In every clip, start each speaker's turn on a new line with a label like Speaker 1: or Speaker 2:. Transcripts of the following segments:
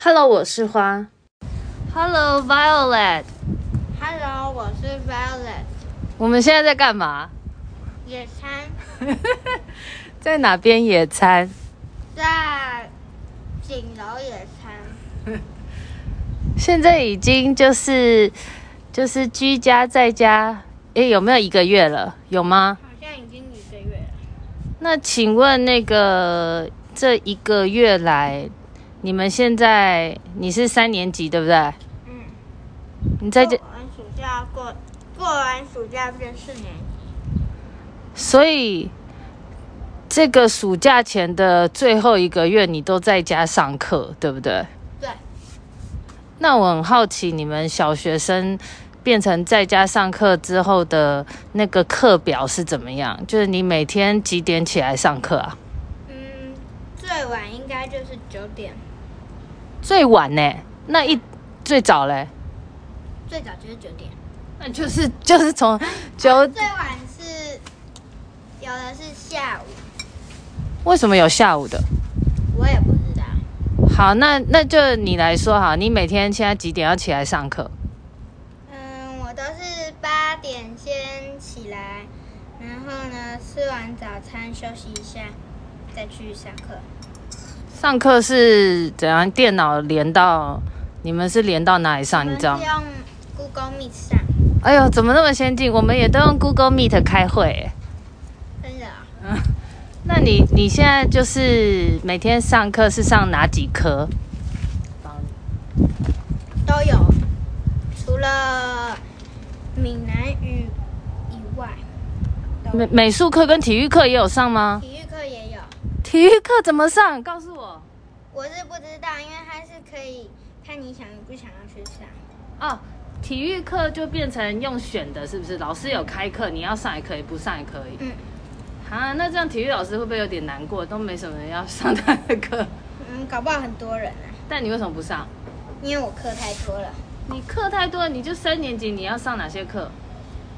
Speaker 1: Hello，我是花。
Speaker 2: Hello Violet，
Speaker 3: Hello，我是 Violet，
Speaker 2: 我们现在在干嘛？
Speaker 3: 野餐
Speaker 2: 在哪边野餐？
Speaker 3: 在景楼野餐，
Speaker 2: 现在已经就是就是居家在家，诶，有没有一个月了？有吗？
Speaker 3: 好像已经一个月了。
Speaker 2: 那请问那个这一个月来，你们现在你是三年级对不对？
Speaker 3: 嗯，
Speaker 2: 你在这
Speaker 3: 过，完暑假过过完暑假变四年级，
Speaker 2: 所以这个暑假前的最后一个月，你都在家上课，对不对？
Speaker 3: 对，
Speaker 2: 那我很好奇，你们小学生变成在家上课之后的那个课表是怎么样？就是你每天几点起来上课啊？
Speaker 3: 嗯，最晚应该就是九点，
Speaker 2: 最晚呢？那一最早嘞？
Speaker 3: 最早就是九点，
Speaker 2: 那就是就是从九
Speaker 3: 最晚是有的是下午，
Speaker 2: 为什么有下午的？
Speaker 3: 我也不知道，
Speaker 2: 好，那那就你来说好，你每天现在几点要起来上课？
Speaker 3: 嗯，我都是八点先起来，然后呢吃完早餐休息一下，再去上课。
Speaker 2: 上课是怎样？电脑连到你们是连到哪里上？你知道
Speaker 3: 我
Speaker 2: 吗
Speaker 3: 们？是用 Google Meet 啊上，
Speaker 2: 哎呦，怎么那么先进？我们也都用 Google Meet 开会、欸。
Speaker 3: 真的啊、
Speaker 2: 那你你现在就是每天上课是上哪几科？
Speaker 3: 都有，除了闽南语以外，都
Speaker 2: 美
Speaker 3: 有
Speaker 2: 美术课跟体育课也有上吗？
Speaker 3: 体育课也有。
Speaker 2: 体育课怎么上？告诉我。
Speaker 3: 我是不知道，因为它是可以看你想不想要去上。
Speaker 2: 哦，体育课就变成用选的，是不是？老师有开课，你要上也可以，不上也可以。
Speaker 3: 嗯。
Speaker 2: 啊，那这样体育老师会不会有点难过？都没什么人要上他的课，
Speaker 3: 嗯，搞不好很多人啊，
Speaker 2: 但你为什么不上？
Speaker 3: 因为我课太多了。
Speaker 2: 你课太多了，你就三年级，你要上哪些课？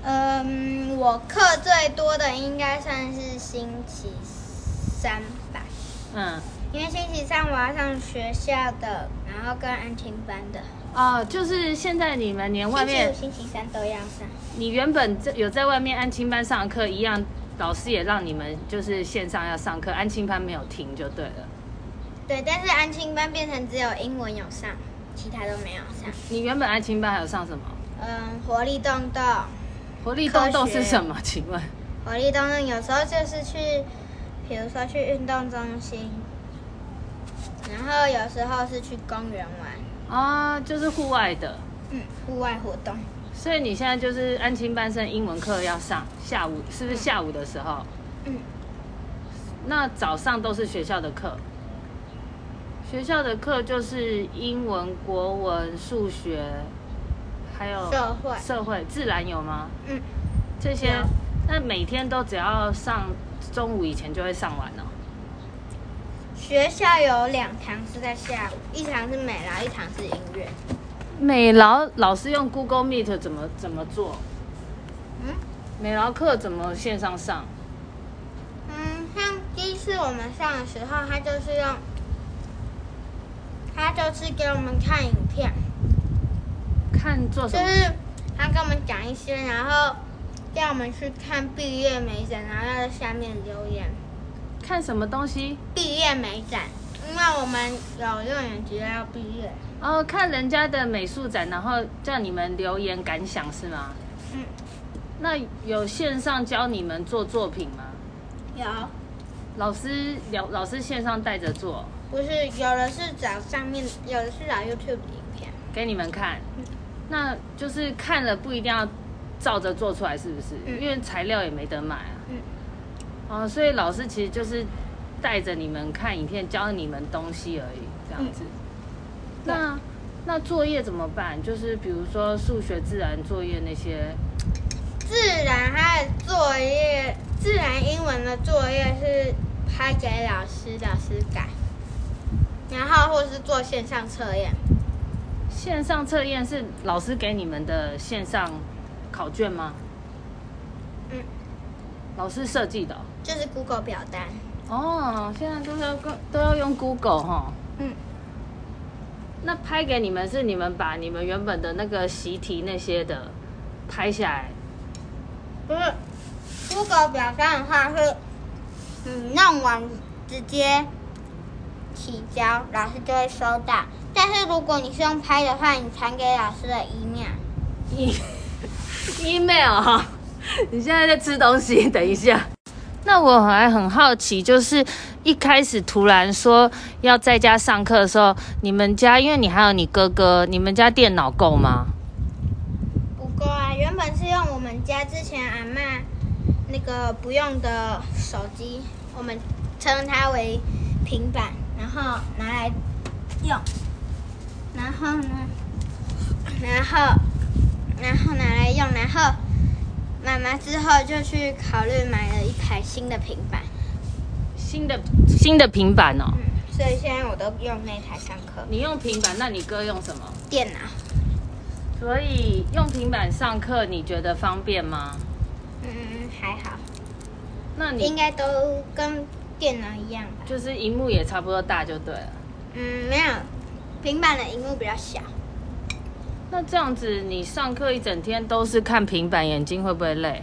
Speaker 3: 嗯，我课最多的应该算是星期三吧，
Speaker 2: 嗯，
Speaker 3: 因为星期三我要上学校的，然后跟安亲班的，
Speaker 2: 哦，就是现在你们连外
Speaker 3: 星期
Speaker 2: 面
Speaker 3: 五、星期三都要上。
Speaker 2: 你原本在有在外面安亲班上课一样，老师也让你们就是线上要上课，安亲班没有停就对了。
Speaker 3: 对，但是安亲班变成只有英文有上，其他都没有上。
Speaker 2: 你原本安亲班还有上什么？
Speaker 3: 嗯，活力动动，
Speaker 2: 活力动动
Speaker 3: 科学
Speaker 2: 是什么？请问？
Speaker 3: 活力动动有时候就是去，比如说去运动中心，然后有时候是去公园玩，
Speaker 2: 啊，就是户外的。
Speaker 3: 嗯，户外活动。
Speaker 2: 所以你现在就是安亲班生英文课要上，下午是不是下午的时候？
Speaker 3: 嗯。
Speaker 2: 那早上都是学校的课，学校的课就是英文、国文、数学，还有
Speaker 3: 社会
Speaker 2: 社会、自然有吗？
Speaker 3: 嗯，
Speaker 2: 这些
Speaker 3: 有，
Speaker 2: 那每天都只要上中午以前就会上完哦了、
Speaker 3: 学校有两堂是在下午，一堂是美劳，一堂是音乐。
Speaker 2: 美劳老师用 Google Meet 怎么怎么做？
Speaker 3: 嗯
Speaker 2: 美劳课怎么线上上？
Speaker 3: 嗯，像第一次我们上的时候，他就是用，他就是给我们看影片。
Speaker 2: 看做什
Speaker 3: 就
Speaker 2: 么？
Speaker 3: 是他跟我们讲一些，然后叫我们去看毕业美展，然后要在下面留言
Speaker 2: 看什么东西？
Speaker 3: 毕业美展，因为我们有六年级要毕业。
Speaker 2: 哦，看人家的美术展，然后叫你们留言感想是吗？
Speaker 3: 嗯，
Speaker 2: 那有线上教你们做作品吗？
Speaker 3: 有，
Speaker 2: 老师聊，老师线上带着做
Speaker 3: 不是有的是找上面，有的是找 YouTube 影片。
Speaker 2: 给你们看
Speaker 3: 嗯，
Speaker 2: 那就是看了不一定要照着做出来，是不是？
Speaker 3: 嗯
Speaker 2: 因为材料也没得买啊。
Speaker 3: 嗯
Speaker 2: 哦，所以老师其实就是带着你们看影片，教你们东西而已，这样子。
Speaker 3: 嗯对
Speaker 2: 那那作业怎么办？就是比如说数学、自然作业那些，
Speaker 3: 自然他的作业，自然英文的作业是拍给老师，老师改，然后或是做线上测验。
Speaker 2: 线上测验是老师给你们的线上考卷吗？
Speaker 3: 嗯，
Speaker 2: 老师设计的哦。
Speaker 3: 就是 Google 表单。
Speaker 2: 哦现在都要跟都要用 Google 哈。
Speaker 3: 嗯，
Speaker 2: 那拍给你们是你们把你们原本的那个习题那些的拍下来，
Speaker 3: 不是，Google 表单的话是，你弄完直接提交，老师就会收到。但是如果你是用拍的话，你传给老师的 email。
Speaker 2: e email 哈， 你现在在吃东西，等一下。 那我还很好奇，就是一开始突然说要在家上课的时候，你们家因为你还有你哥哥，你们家电脑够吗？
Speaker 3: 不够啊，原本是用我们家之前阿嬷那个不用的手机，我们称它为平板，然后拿来用。然后呢？然后，然后拿来用，然后妈妈之后就去考虑买了一台新的平板，
Speaker 2: 新的新的平板哦，
Speaker 3: 嗯，所以现在我都用那台上课。
Speaker 2: 你用平板，那你哥用什么？
Speaker 3: 电脑，
Speaker 2: 所以用平板上课，你觉得方便吗？
Speaker 3: 嗯，还好，
Speaker 2: 那
Speaker 3: 应
Speaker 2: 你
Speaker 3: 该都跟电脑一样吧？
Speaker 2: 就是荧幕也差不多大就对了。
Speaker 3: 嗯，没有，平板的荧幕比较小。
Speaker 2: 那这样子，你上课一整天都是看平板，眼睛会不会累？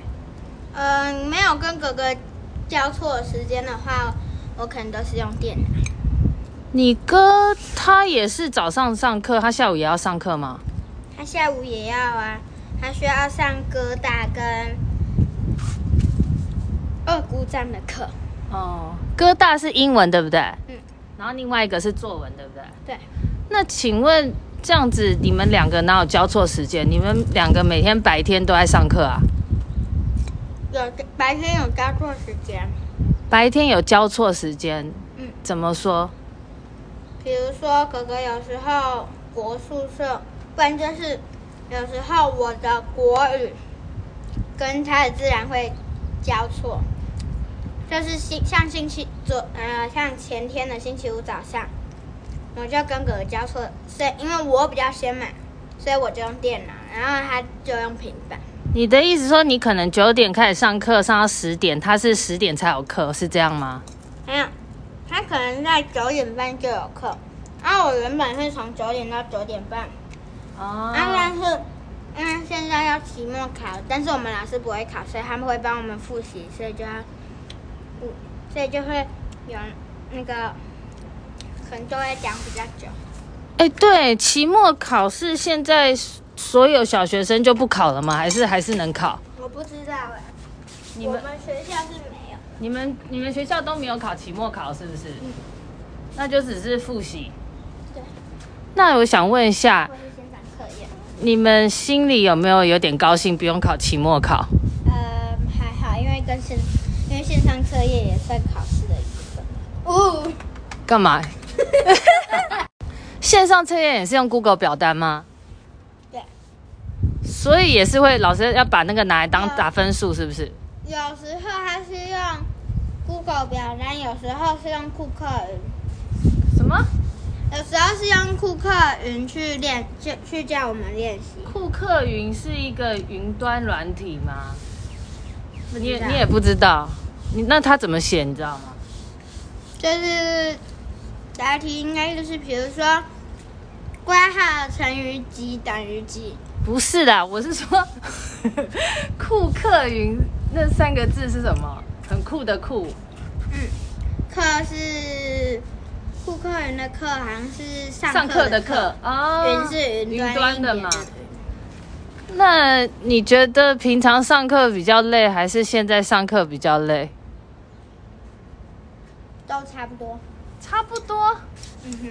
Speaker 3: 嗯，没有跟哥哥交错时间的话，我可能都是用电脑。
Speaker 2: 你哥他也是早上上课，他下午也要上课吗？
Speaker 3: 他下午也要啊，他需要上哥大跟二姑站的课。
Speaker 2: 哦，哥大是英文对不对？
Speaker 3: 嗯，
Speaker 2: 然后另外一个是作文对不对？
Speaker 3: 对，
Speaker 2: 那请问这样子，你们两个哪有交错时间？你们两个每天白天都在上课啊？
Speaker 3: 有白天有交错时间，
Speaker 2: 白天有交错时间？
Speaker 3: 嗯
Speaker 2: 怎么说？
Speaker 3: 比如说哥哥有时候国宿舍，不然就是有时候我的国语跟他的自然会交错，就是星像星期昨呃像前天的星期五早上，我就跟哥哥交错，所以因为我比较先嘛，所以我就用电脑，然后他就用平板。
Speaker 2: 你的意思说，你可能九点开始上课，上到十点，他是十点才有课，是这样吗？
Speaker 3: 没有，他可能在九点半就有课，然后我原本是从九点到九点半，
Speaker 2: 哦
Speaker 3: 啊，但是因为现在要期末考，但是我们老师不会考，所以他们会帮我们复习，所以就要，嗯，所以就会有那个，可能就会讲比较久。
Speaker 2: 哎，对，期末考试现在所有小学生就不考了吗？还是还是能考？
Speaker 3: 我不知道哎、
Speaker 2: 你
Speaker 3: 我
Speaker 2: 们
Speaker 3: 们学校是没有，
Speaker 2: 你们你们学校都没有考期末考是不是？
Speaker 3: 嗯
Speaker 2: 那就只是复习。
Speaker 3: 对。
Speaker 2: 那我想问一下
Speaker 3: 或，是先上课业。
Speaker 2: 你们心里有没有有点高兴不用考期末考？
Speaker 3: 呃，还好，因为跟线，因为线上课业也算考试的一部分。哦，
Speaker 2: 干嘛？线上测验也是用 Google 表单吗？
Speaker 3: 对。
Speaker 2: 所以也是会老师要把那个拿来当
Speaker 3: 呃
Speaker 2: 打分数，是不是？
Speaker 3: 有时候它是用 Google 表单，有时候是用库克云。
Speaker 2: 什么？
Speaker 3: 有时候是用库克云去练，就去叫我们练习。
Speaker 2: 库克云是一个云端软体吗？你
Speaker 3: 不知
Speaker 2: 也
Speaker 3: 道
Speaker 2: 你也不知道，你那它怎么写你知道吗？
Speaker 3: 就是答题应该就是，比如说，挂号乘以几等于几？
Speaker 2: 不是啦，我是 说库克云那三个字是什么？很酷的酷，
Speaker 3: 嗯，课是库克云的课，好像是上
Speaker 2: 上课的
Speaker 3: 的。
Speaker 2: 课哦
Speaker 3: 云是云
Speaker 2: 云端的嘛
Speaker 3: 一点
Speaker 2: 那你觉得平常上课比较累，还是现在上课比较累？
Speaker 3: 都差不多。
Speaker 2: 差不多。
Speaker 3: 嗯哼，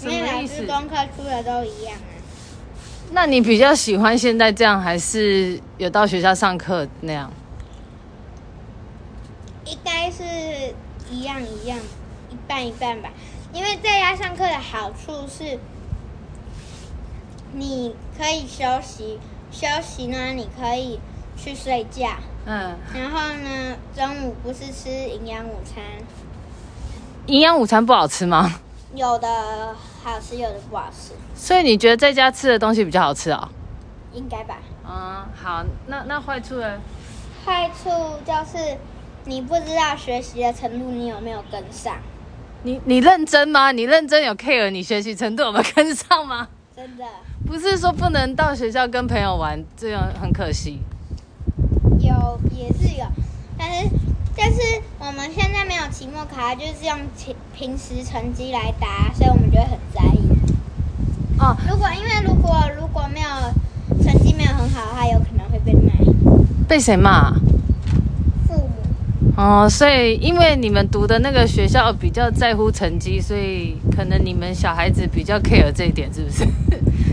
Speaker 2: 什
Speaker 3: 因
Speaker 2: 么
Speaker 3: 为老
Speaker 2: 意
Speaker 3: 师
Speaker 2: 思？
Speaker 3: 功课出的都一样啊。
Speaker 2: 那你比较喜欢现在这样，还是有到学校上课那样？
Speaker 3: 应该是一样一样，一半一半吧。因为在家上课的好处是，你可以休息，休息呢，你可以去睡觉，
Speaker 2: 嗯，
Speaker 3: 然后呢，中午不是吃营养午餐，
Speaker 2: 营养午餐不好吃吗？
Speaker 3: 有的好吃，有的不好吃，
Speaker 2: 所以你觉得在家吃的东西比较好吃哦？
Speaker 3: 应该吧。
Speaker 2: 嗯，好，那那坏处呢？
Speaker 3: 坏处就是你不知道学习的程度你有没有跟上，
Speaker 2: 你你认真吗？你认真有 care 你学习程度有没有跟上吗？
Speaker 3: 真的
Speaker 2: 不是说不能到学校跟朋友玩，这样很可惜。
Speaker 3: 有也是有，但是但是我们现在没有期末考，啊就是用平平时成绩来答，所以我们就会很在意。
Speaker 2: 哦，
Speaker 3: 如果因为如果如果没有成绩没有很好的话，有可能会被骂。
Speaker 2: 被谁骂、啊
Speaker 3: 父母
Speaker 2: 哦，所以因为你们读的那个学校比较在乎成绩，所以可能你们小孩子比较 care 这一点，是不 是？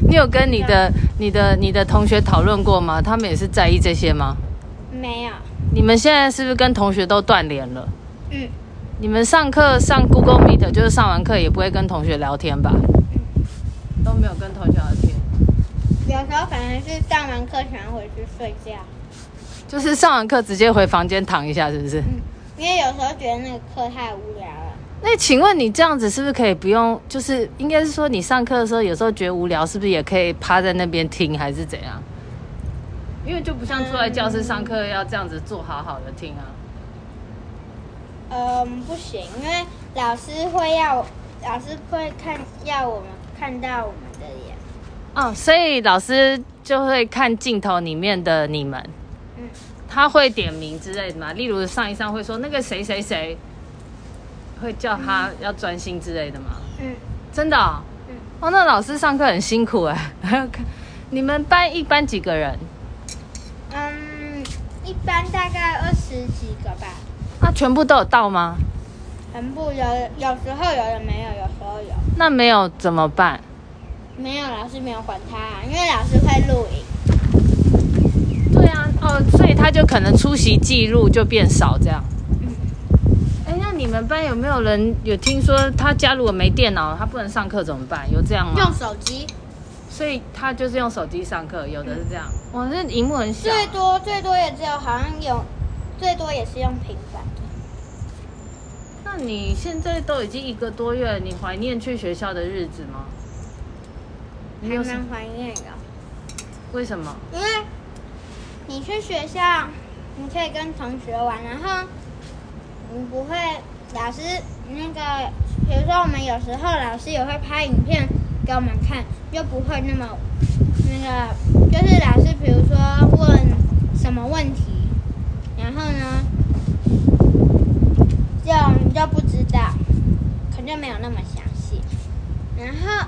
Speaker 2: 你有跟你的、你的、你的同学讨论过吗？他们也是在意这些吗？
Speaker 3: 没有，
Speaker 2: 你们现在是不是跟同学都断联了？
Speaker 3: 嗯，
Speaker 2: 你们上课上 Google Meet 就是上完课也不会跟同学聊天吧？都没有跟同学聊天，
Speaker 3: 有时候反而是上完课想要回去睡觉，
Speaker 2: 就是上完课直接回房间躺一下，是不是？
Speaker 3: 嗯，因为有时候觉得那个课太无聊了。
Speaker 2: 那请问你这样子是不是可以不用？就是应该是说你上课的时候有时候觉得无聊，是不是也可以趴在那边听，还是怎样？因为就不像坐在教室上课要这样子坐好好的听啊。
Speaker 3: 嗯，不行，因为老师会要，老师会看要我们看到我们的脸。
Speaker 2: 哦，所以老师就会看镜头里面的你们，
Speaker 3: 嗯，
Speaker 2: 他会点名之类的嘛？例如上一上会说那个谁谁谁，会叫他要专心之类的吗？
Speaker 3: 嗯，
Speaker 2: 真的哦、
Speaker 3: 嗯
Speaker 2: 哦，那老师上课很辛苦哎， 还要看你们班一班几个人？
Speaker 3: 嗯，一般大概二十几个吧，
Speaker 2: 那全部都有到吗？
Speaker 3: 全部有，有时候有人没有，有时候有。
Speaker 2: 那没有怎么办？
Speaker 3: 没有老师没有管他、啊因为老师会录影。
Speaker 2: 对啊，哦，所以他就可能出席记录就变少这样。嗯哎，那你们班有没有人有听说他家如果没电脑，他不能上课怎么办？有这样吗？
Speaker 3: 用手机
Speaker 2: 所以他就是用手机上课，有的是这样。哇，哦那荧幕很小啊。
Speaker 3: 最多最多也只有好像有，最多也是用平板的。
Speaker 2: 那你现在都已经一个多月，你怀念去学校的日子吗？你
Speaker 3: 还
Speaker 2: 有什
Speaker 3: 蛮怀念的，
Speaker 2: 为什么？
Speaker 3: 因为你去学校，你可以跟同学玩，然后你不会老师那个，比如说我们有时候老师也会拍影片给我们看，就不会那么那个，就是老师比如说问什么问题，然后呢，就你就不知道，可能就没有那么详细，然后。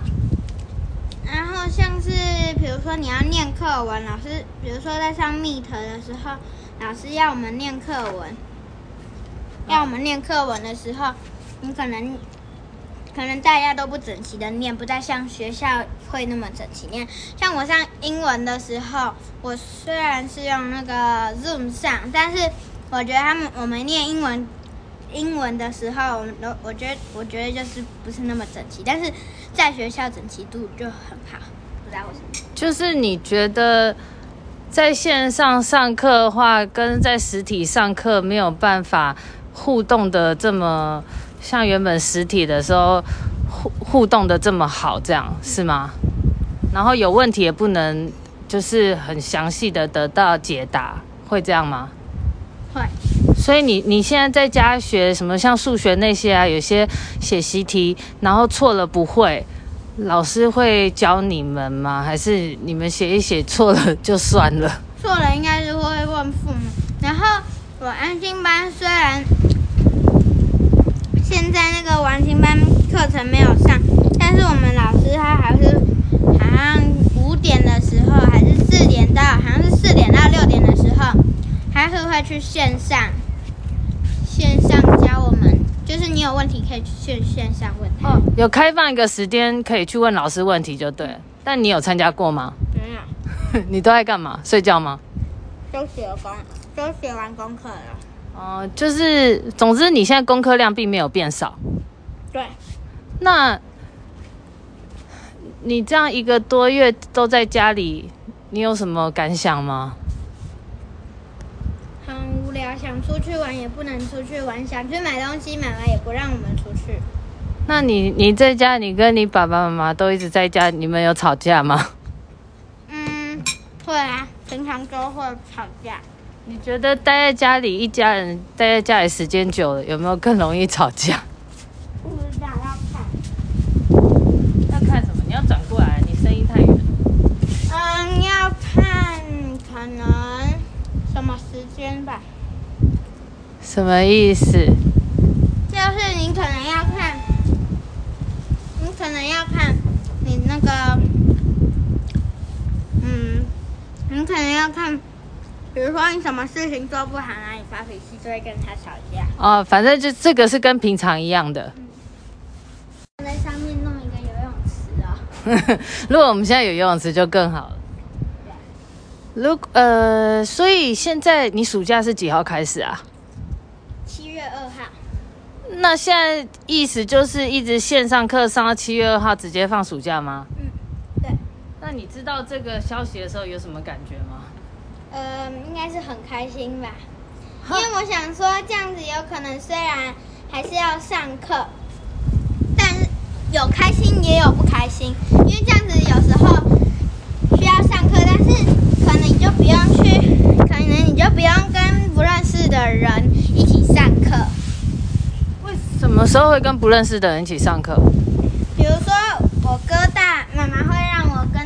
Speaker 3: 然后像是比如说你要念课文，老师比如说在上 Meet 的时候，老师要我们念课文，要我们念课文的时候，你可能可能大家都不整齐的念，不再像学校会那么整齐念。像我上英文的时候，我虽然是用那个 Zoom 上，但是我觉得他们我们念英文英文的时候，我们都我觉得我觉得就是不是那么整齐，但是在学校整齐度就很好，不知道为什么。
Speaker 2: 就是你觉得在线上上课的话，跟在实体上课没有办法互动的这么像原本实体的时候互互动的这么好，这样是吗？然后有问题也不能就是很详细的得到解答，会这样吗？
Speaker 3: 会，
Speaker 2: 所以你你现在在家学什么，像数学那些啊，有些写习题，然后错了不会，老师会教你们吗？还是你们写一写错了就算了？
Speaker 3: 错了应该是会问父母。然后我安心班虽然现在那个完形班课程没有上，但是我们老师他还是好像五点的时候，还是四点到，好像是四点到六点的时候，还是会去线上线上教我们，就是你有问题可以去线线上问他。
Speaker 2: 哦，有开放一个时间可以去问老师问题就对了。但你有参加过吗？
Speaker 3: 没有，
Speaker 2: 你都在干嘛？睡觉吗？
Speaker 3: 都写功，都写完功课了。
Speaker 2: 哦、就是，总之你现在功课量并没有变少。
Speaker 3: 对。
Speaker 2: 那你这样一个多月都在家里，你有什么感想吗？
Speaker 3: 很无聊，想出去玩也不能出去玩，想去买东西，妈妈也不让我们出去。
Speaker 2: 那你你在家，你跟你爸爸妈妈都一直在家，你们有吵架吗？
Speaker 3: 嗯，会啊，平常都会吵架。
Speaker 2: 你觉得 待在家里，一家人待在家里时间久了，有没有更容易吵架？
Speaker 3: 不知嗯能什么时间吧，
Speaker 2: 什么意思？
Speaker 3: 就是你可能要看，你可能要看你那个，嗯，你可能要看，比如说你什么事情做不好，然后你发脾气就会跟他吵架，
Speaker 2: 哦，反正就这个是跟平常一样的。
Speaker 3: 在上面弄一个游泳池哦。
Speaker 2: 如果我们现在有游泳池就更好了。如呃，所以现在你暑假是几号开始啊？
Speaker 3: 七月二号，
Speaker 2: 那现在意思就是一直线上课上到七月二号，直接放暑假吗？
Speaker 3: 嗯，对，
Speaker 2: 那你知道这个消息的时候有什么感觉吗？
Speaker 3: 呃，应该是很开心吧，因为我想说这样子有可能虽然还是要上课，但是有开心也有不开心，因为这样子有时候需要上课，但是可能你就不用去，可能你就不用跟不认识的人一起上课，
Speaker 2: 为什么时候会跟不认识的人一起上课？
Speaker 3: 比如说我哥大妈妈会让我跟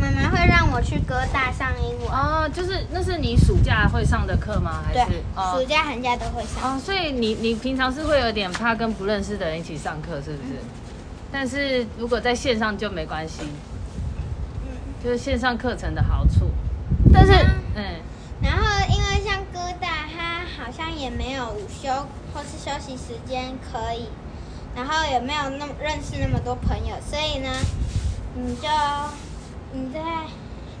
Speaker 3: 妈妈会让我去哥大上英文，
Speaker 2: 哦，就是那是你暑假会上的课吗？还
Speaker 3: 对
Speaker 2: 是，
Speaker 3: 暑
Speaker 2: 哦
Speaker 3: 假寒假都会上。
Speaker 2: 哦，所以你你平常是会有点怕跟不认识的人一起上课，是不是？
Speaker 3: 嗯
Speaker 2: 但是如果在线上就没关系，
Speaker 3: 嗯
Speaker 2: 就是线上课程的好处。但是，
Speaker 3: 啊
Speaker 2: 嗯，
Speaker 3: 然后，因为像哥大，它好像也没有午休或是休息时间可以，然后也没有那么认识那么多朋友，所以呢，你就你在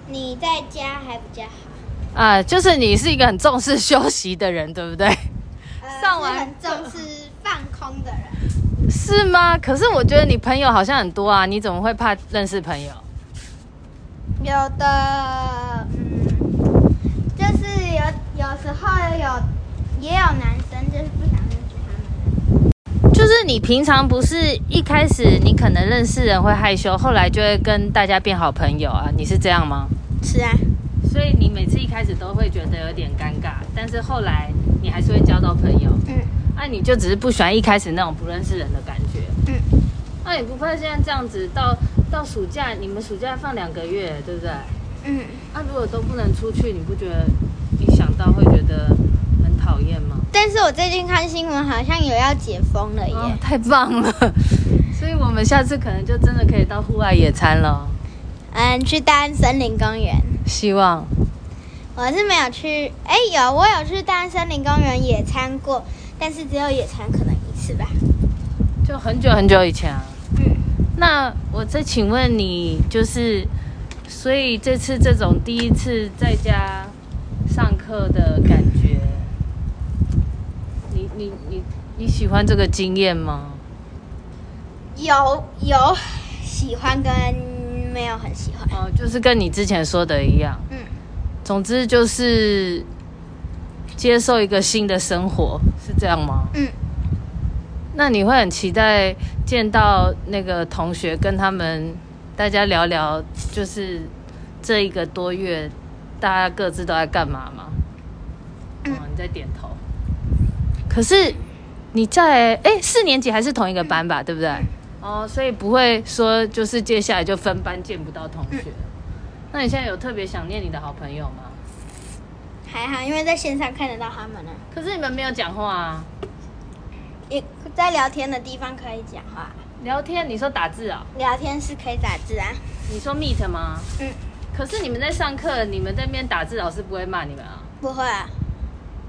Speaker 3: 你在家还比较好，
Speaker 2: 啊，就是你是一个很重视休息的人，对不 对？
Speaker 3: 呃、
Speaker 2: 上
Speaker 3: 是
Speaker 2: 完
Speaker 3: 很重视放空的人，
Speaker 2: 是吗？可是我觉得你朋友好像很多啊，你怎么会怕认识朋友？
Speaker 3: 有的嗯，就是有有时候有也有男生就是不想认识他们。
Speaker 2: 就是你平常不是一开始你可能认识人会害羞，后来就会跟大家变好朋友啊？你是这样吗？
Speaker 3: 是啊，
Speaker 2: 所以你每次一开始都会觉得有点尴尬，但是后来你还是会交到朋友。
Speaker 3: 嗯
Speaker 2: 那、你就只是不喜欢一开始那种不认识人的感觉。
Speaker 3: 嗯。
Speaker 2: 那、你不怕现在这样子到到暑假，你们暑假放两个月，对不对？
Speaker 3: 嗯，
Speaker 2: 那、如果都不能出去，你不觉得你想到会觉得很讨厌吗？
Speaker 3: 但是我最近看新闻好像有要解封了耶。
Speaker 2: 哦，太棒了！ 所以我们下次可能就真的可以到户外野餐了，
Speaker 3: 嗯，去大安森林公园，
Speaker 2: 希望。
Speaker 3: 我是没有去，哎，有我有去大安森林公园野餐过，但是只有野餐可能一次吧。
Speaker 2: 就很久很久以前啊。
Speaker 3: 嗯，
Speaker 2: 那我再请问你，就是，所以这次这种第一次在家上课的感觉，你你你你喜欢这个经验吗？
Speaker 3: 有有喜欢跟没有很喜欢。
Speaker 2: 哦，就是跟你之前说的一样。
Speaker 3: 嗯，
Speaker 2: 总之就是接受一个新的生活，是这样吗？
Speaker 3: 嗯。
Speaker 2: 那你会很期待见到那个同学，跟他们大家聊聊，就是这一个多月大家各自都在干嘛吗？嗯、
Speaker 3: 嗯
Speaker 2: 你在点头。可是你在哎四年级还是同一个班吧，对不对？哦，所以不会说就是接下来就分班见不到同学。那你现在有特别想念你的好朋友吗？
Speaker 3: 还好，因为在线上看得到他们呢，
Speaker 2: 可是你们没有讲话啊，
Speaker 3: 也在聊天的地方可以讲话，
Speaker 2: 聊天你说打字啊、
Speaker 3: 聊天是可以打字啊。
Speaker 2: 你说 meet 吗？
Speaker 3: 嗯，
Speaker 2: 可是你们在上课，你们在那边打字，老师不会骂你们啊？
Speaker 3: 不会啊。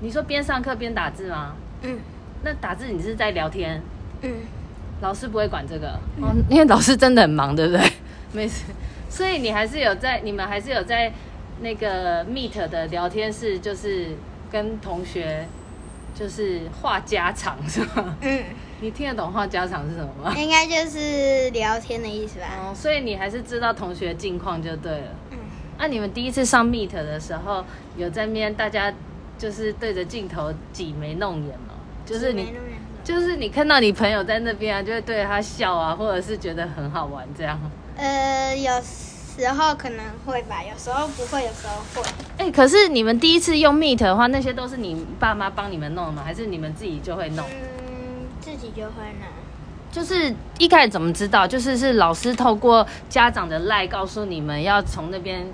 Speaker 2: 你说边上课边打字吗？
Speaker 3: 嗯
Speaker 2: 那打字你是在聊天，
Speaker 3: 嗯，
Speaker 2: 老师不会管这个、哦，因为老师真的很忙，对不 对？没事，所以你还是有在，你们还是有在那个 meet 的聊天室，就是跟同学就是话家常是吗？
Speaker 3: 嗯，
Speaker 2: 你听得懂话家常是什么吗？
Speaker 3: 应该就是聊天的意思吧。
Speaker 2: 哦，所以你还是知道同学近况就对了。
Speaker 3: 嗯
Speaker 2: 那、你们第一次上 Meet 的时候，有在面大家就是对着镜头挤眉弄眼吗？就是
Speaker 3: 没
Speaker 2: 你，
Speaker 3: 那么严重
Speaker 2: 就是你看到你朋友在那边啊，就会对着他笑啊，或者是觉得很好玩这样。
Speaker 3: 呃，有时候可能会吧，有时候不会，有时候会。
Speaker 2: 哎、可是你们第一次用 Meet 的话，那些都是你爸妈帮你们弄的吗？还是你们自己就会弄？
Speaker 3: 嗯，自己就会呢。
Speaker 2: 就是一开始怎么知道？就是是老师透过家长的赖告诉你们要从那边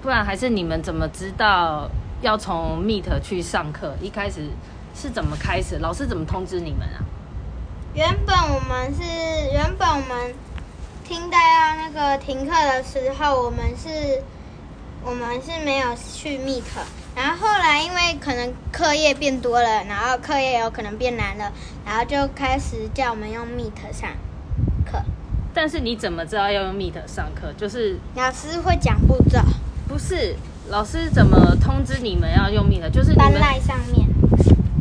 Speaker 2: 不然还是你们怎么知道要从 Meet 去上课？一开始是怎么开始？老师怎么通知你们啊？
Speaker 3: 原本我们是原本我们听到要那个停课的时候，我们是我们是没有去 meet，然后后来因为可能课业变多了，然后课业有可能变难了，然后就开始叫我们用 meet 上课。
Speaker 2: 但是你怎么知道要用 Meet 上课？就是
Speaker 3: 老师会讲步骤，
Speaker 2: 不是老师怎么通知你们要用 Meet？就是你
Speaker 3: 班
Speaker 2: 们
Speaker 3: 赖上面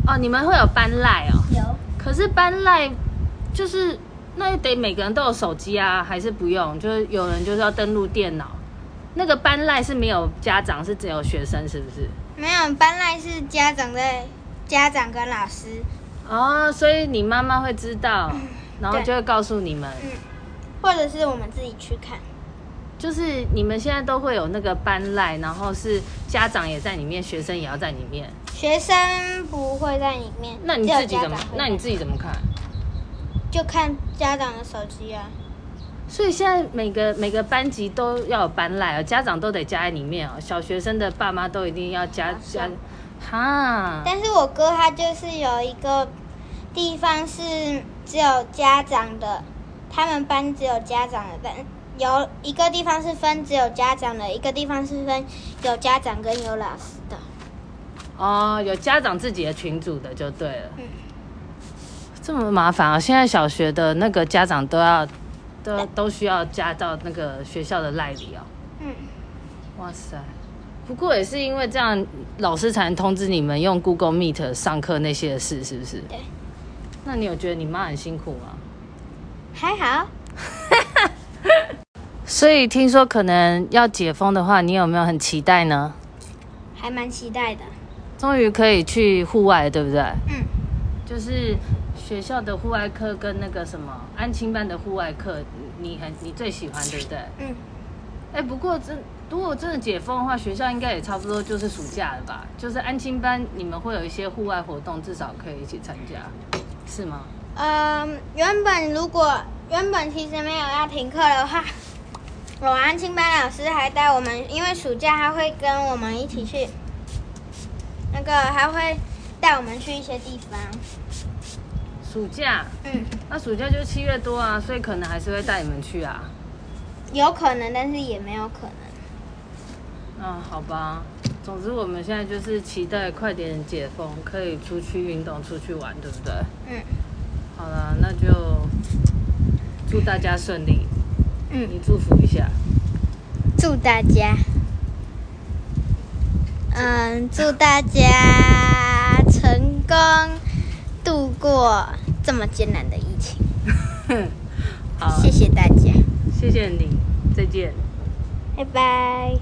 Speaker 2: 哦，你们会有班赖哦。
Speaker 3: 有
Speaker 2: 可是班赖就是那得每个人都有手机啊，还是不用？就是有人就是要登录电脑。那个班赖是没有家长，是只有学生，是不是？
Speaker 3: 没有班赖是家长在家长跟老师，
Speaker 2: 哦，所以你妈妈会知 道，然后就会告诉你们。
Speaker 3: 或者是我们自己去看。
Speaker 2: 就是你们现在都会有那个班赖，然后是家长也在里面，学生也要在里面。
Speaker 3: 学生不会在里面，
Speaker 2: 那你
Speaker 3: 只有
Speaker 2: 自己
Speaker 3: 家
Speaker 2: 怎么
Speaker 3: 长？会
Speaker 2: 那
Speaker 3: 在
Speaker 2: 你自己怎么看？
Speaker 3: 就看家长的手机啊。
Speaker 2: 所以现在每个每个班级都要有班赖哦，家长都得加在里面哦，小学生的爸妈都一定要加
Speaker 3: 啊是
Speaker 2: 加。哈，
Speaker 3: 但是我哥他就是有一个地方是只有家长的，他们班只有家长的，但有一个地方是分只有家长的，一个地方是分有家长跟有老师的。
Speaker 2: 哦，有家长自己的群组的就对了。
Speaker 3: 嗯
Speaker 2: 这么麻烦啊、现在小学的那个家长都要都都需要加到那个学校的赖里哦。
Speaker 3: 嗯，
Speaker 2: 哇塞！不过也是因为这样，老师才能通知你们用 Google Meet 上课那些事，是不是？
Speaker 3: 对。
Speaker 2: 那你有觉得你妈很辛苦吗？
Speaker 3: 还好，
Speaker 2: 所以听说可能要解封的话，你有没有很期待呢？
Speaker 3: 还蛮期待的。
Speaker 2: 终于可以去户外，对不对？
Speaker 3: 嗯，
Speaker 2: 就是学校的户外课跟那个什么安亲班的户外课，你很你最喜欢，对不对？
Speaker 3: 嗯。
Speaker 2: 哎，不过真如果真的解封的话，学校应该也差不多就是暑假了吧？就是安亲班你们会有一些户外活动，至少可以一起参加，是吗？
Speaker 3: 嗯，原本如果原本其实没有要停课的话，我安亲班老师还带我们，因为暑假他会跟我们一起去，那个他会带我们去一些地方。
Speaker 2: 暑假，
Speaker 3: 嗯，
Speaker 2: 那暑假就七月多啊，所以可能还是会带你们去啊。
Speaker 3: 有可能，但是也没有可能。
Speaker 2: 嗯，好吧。总之我们现在就是期待快点解封，可以出去运动、出去玩，对不对？
Speaker 3: 嗯
Speaker 2: 好了，那就祝大家顺利，
Speaker 3: 嗯，
Speaker 2: 你祝福一下。
Speaker 3: 祝大家，嗯，祝大家成功度过这么艰难的疫情。
Speaker 2: 好，
Speaker 3: 谢谢大家，
Speaker 2: 谢谢你，再见。
Speaker 3: 拜拜。